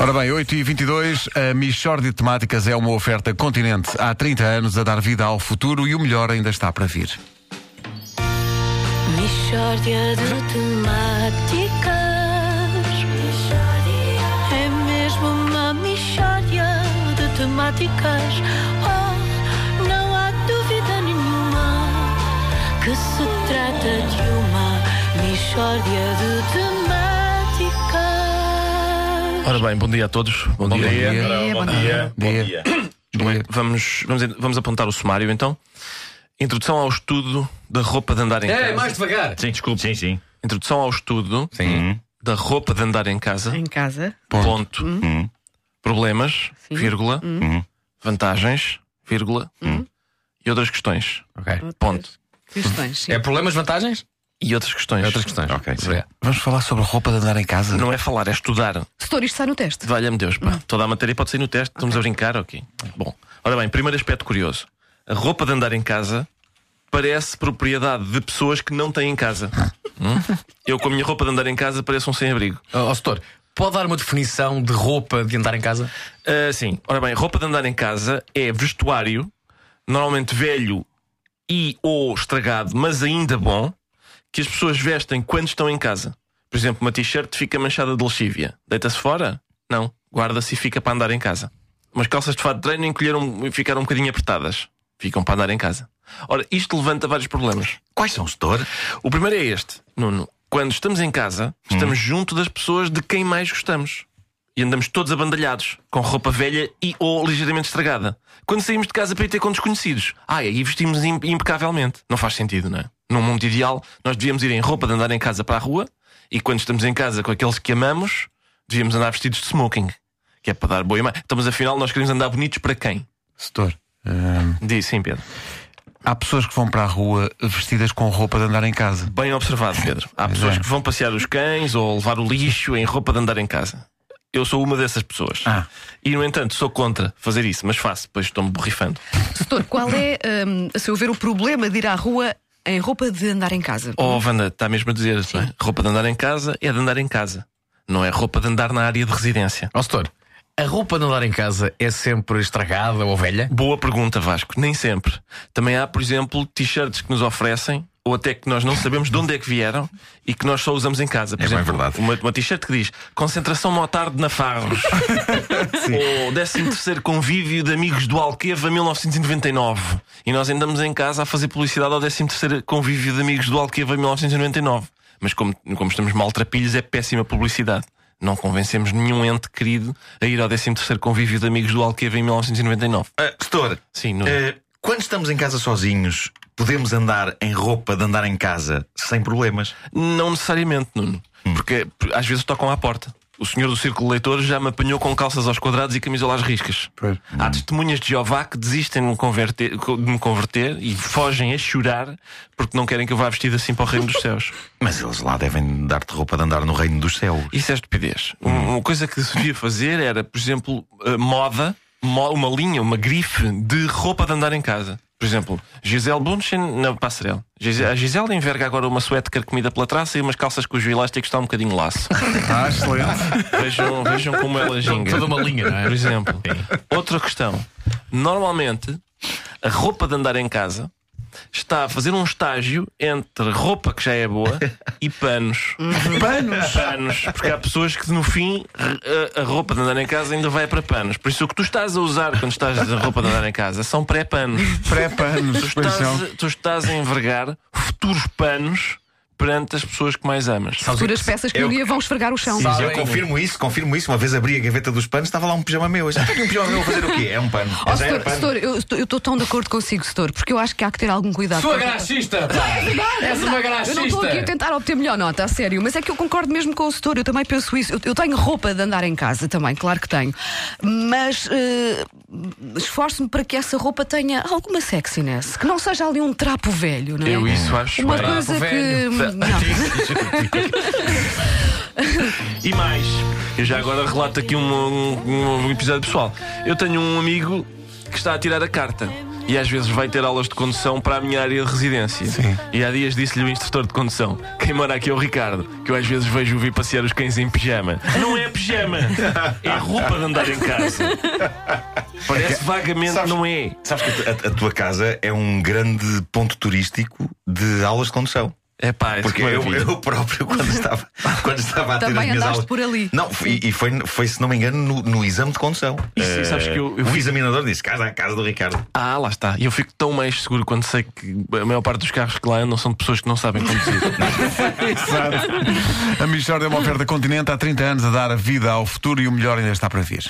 Ora bem, 8h22, a Michórdia de Temáticas é uma oferta continente há 30 anos a dar vida ao futuro e o melhor ainda está para vir. Mishória de temáticas É mesmo uma mishória de temáticas Oh, não há dúvida nenhuma Que se trata de uma mishória de temáticas Ora bem, bom dia a todos. Bom, dia. Bom dia. Dia. Bom é? Eh, dia. Vamos, vamos, vamos apontar o sumário então. Introdução ao estudo da roupa de andar em casa. É, mais devagar. Ah, Sim, desculpe. Sim, sim. Introdução ao estudo Hum. Sim. da roupa de andar em casa. Em casa? Ponto. Hum. Problemas, Sim. vírgula. Hum. Vantagens, vírgula. E outras questões. Ok. Ponto. Questões, sim. É problemas, vantagens? E outras questões. Outras questões. Ok, sim. Obrigado. Vamos falar sobre roupa de andar em casa? Não é falar, é estudar. Setor, isto sai no teste. Valha-me Deus, pá. Toda a matéria pode sair no teste. Estamos a brincar, ok. Bom, ora bem, primeiro aspecto curioso. A roupa de andar em casa parece propriedade de pessoas que não têm em casa. Hum? Eu, com a minha roupa de andar em casa, pareço um sem-abrigo. Ó, ó, setor, pode dar uma definição de roupa de andar em casa? Ah, sim, ora bem, roupa de andar em casa é vestuário, normalmente velho e ou estragado, mas ainda bom, que as pessoas vestem quando estão em casa. Por exemplo, uma t-shirt fica manchada de lexívia. Deita-se fora? Não. Guarda-se e fica para andar em casa. Umas calças de fato de treino encolheram e ficaram um bocadinho apertadas. Ficam para andar em casa. Ora, isto levanta vários problemas. Quais são, setor? O primeiro é este, Nuno. Quando estamos em casa, estamos junto das pessoas de quem mais gostamos. E andamos todos abandalhados, com roupa velha e ou ligeiramente estragada. Quando saímos de casa para ir ter com desconhecidos, ah, e aí vestimos im- impecavelmente. Não faz sentido, não é? Num mundo ideal, nós devíamos ir em roupa de andar em casa para a rua, e quando estamos em casa com aqueles que amamos, devíamos andar vestidos de smoking, que é para dar boa imagem. Então, mas afinal, nós queremos andar bonitos para quem? Setor, hum, Diz, sim, Pedro. há pessoas que vão para a rua vestidas com roupa de andar em casa. Bem observado, Pedro. Há pessoas que vão passear os cães ou levar o lixo em roupa de andar em casa. Eu sou uma dessas pessoas. Ah. E, no entanto, sou contra fazer isso, mas faço, pois estou-me borrifando. Setor, qual é, hum, a seu ver, o problema de ir à rua em roupa de andar em casa? Oh, Wanda, está mesmo a dizer, não é? roupa de andar em casa é de andar em casa. Não é roupa de andar na área de residência. Ó, setor, a roupa de andar em casa é sempre estragada ou velha? Boa pergunta, Vasco. Nem sempre. Também há, por exemplo, t-shirts que nos oferecem ou até que nós não sabemos de onde é que vieram e que nós só usamos em casa. Por É bem exemplo, verdade. Uma, uma t-shirt que diz Concentração Motarde na Farros. ou 13 Convívio de Amigos do Alqueva 1999. E nós andamos em casa a fazer publicidade ao 13 Convívio de Amigos do Alqueva 1999. Mas como, como estamos maltrapilhos, é péssima publicidade. Não convencemos nenhum ente querido a ir ao 13 Convívio de Amigos do Alqueva em 1999. Ah, setor, Sim, Nuno. eh, quando estamos em casa sozinhos, podemos andar em roupa de andar em casa sem problemas? Não necessariamente, Nuno. Porque p- às vezes tocam à porta. O senhor do círculo de leitores já me apanhou com calças aos quadrados e camisola às riscas. Pois. Há testemunhas de Jeová que desistem de me, converter, co- de me converter e fogem a chorar porque não querem que eu vá vestido assim para o reino dos céus. Mas eles lá devem dar-te roupa de andar no reino dos céus. Isso é estupidez. Um- Uma coisa que se devia fazer era, por exemplo, eh, moda, mo- uma linha, uma grife de roupa de andar em casa. Por exemplo, Gisele Bunchen na passarela. Gise- A Gisele enverga agora uma suéter comida pela traça e umas calças cujo elástico está um bocadinho laço. Ah, excelente. Vejam, vejam como ela ginga. Toda uma linha, não Por é? exemplo, outra questão. Normalmente, a roupa de andar em casa está a fazer um estágio entre roupa que já é boa e panos. panos? Panos. Porque há pessoas que no fim r- a a roupa de andar em casa ainda vai para panos. Por isso o que tu estás a usar quando estás a roupa de andar em casa são pré-panos. Pré-panos, Tu expressão. estás, tu estás a envergar futuros panos perante as pessoas que mais amas. Futuras peças que um dia vão esfregar o chão. Sabe- Eu Bem. confirmo isso, confirmo isso. Uma vez abri a gaveta dos panos, estava lá um pijama meu. Eu já tenho um pijama meu a fazer o quê? É um pano. Oh, Já era setor, pano. setor, eu estou- eu estou tão de acordo consigo, setor, porque eu acho que há que ter algum cuidado. Sua com- graxista, pá! És Eu não estou uma aqui a graxista! tentar obter melhor nota, a sério, mas é que eu concordo mesmo com o setor, eu também penso isso. Eu, eu tenho roupa de andar em casa também, claro que tenho, mas eh, esforço-me para que essa roupa tenha alguma sexiness, que não seja ali um trapo velho, não é? Eu isso acho Uma bem. coisa que. velho. Não. E mais, eu já agora relato aqui um, um- um episódio pessoal. Eu tenho um amigo que está a tirar a carta. e às vezes vai ter aulas de condução para a minha área de residência. Sim. E há dias disse-lhe o instrutor de condução: quem mora aqui é o Ricardo, que eu às vezes vejo vir passear os cães em pijama. Não é pijama, é roupa de andar em casa. Parece vagamente, Sabes- não é? Sabes que a, a tua casa é um grande ponto turístico de aulas de condução. É pá, é Porque eu, eu próprio, quando estava, quando estava a ter Também as minhas andaste aulas. por ali. Não, e, e foi, foi, se não me engano, no, no exame de condução. E sim, Eh, sabes que eu- eu o fico- examinador disse: casa, casa do Ricardo. Ah, lá está. E eu fico tão mais seguro quando sei que a maior parte dos carros que lá andam são de pessoas que não sabem conduzir. A Michord é uma oferta continente há 30 anos a dar vida ao futuro e o melhor ainda está para vir.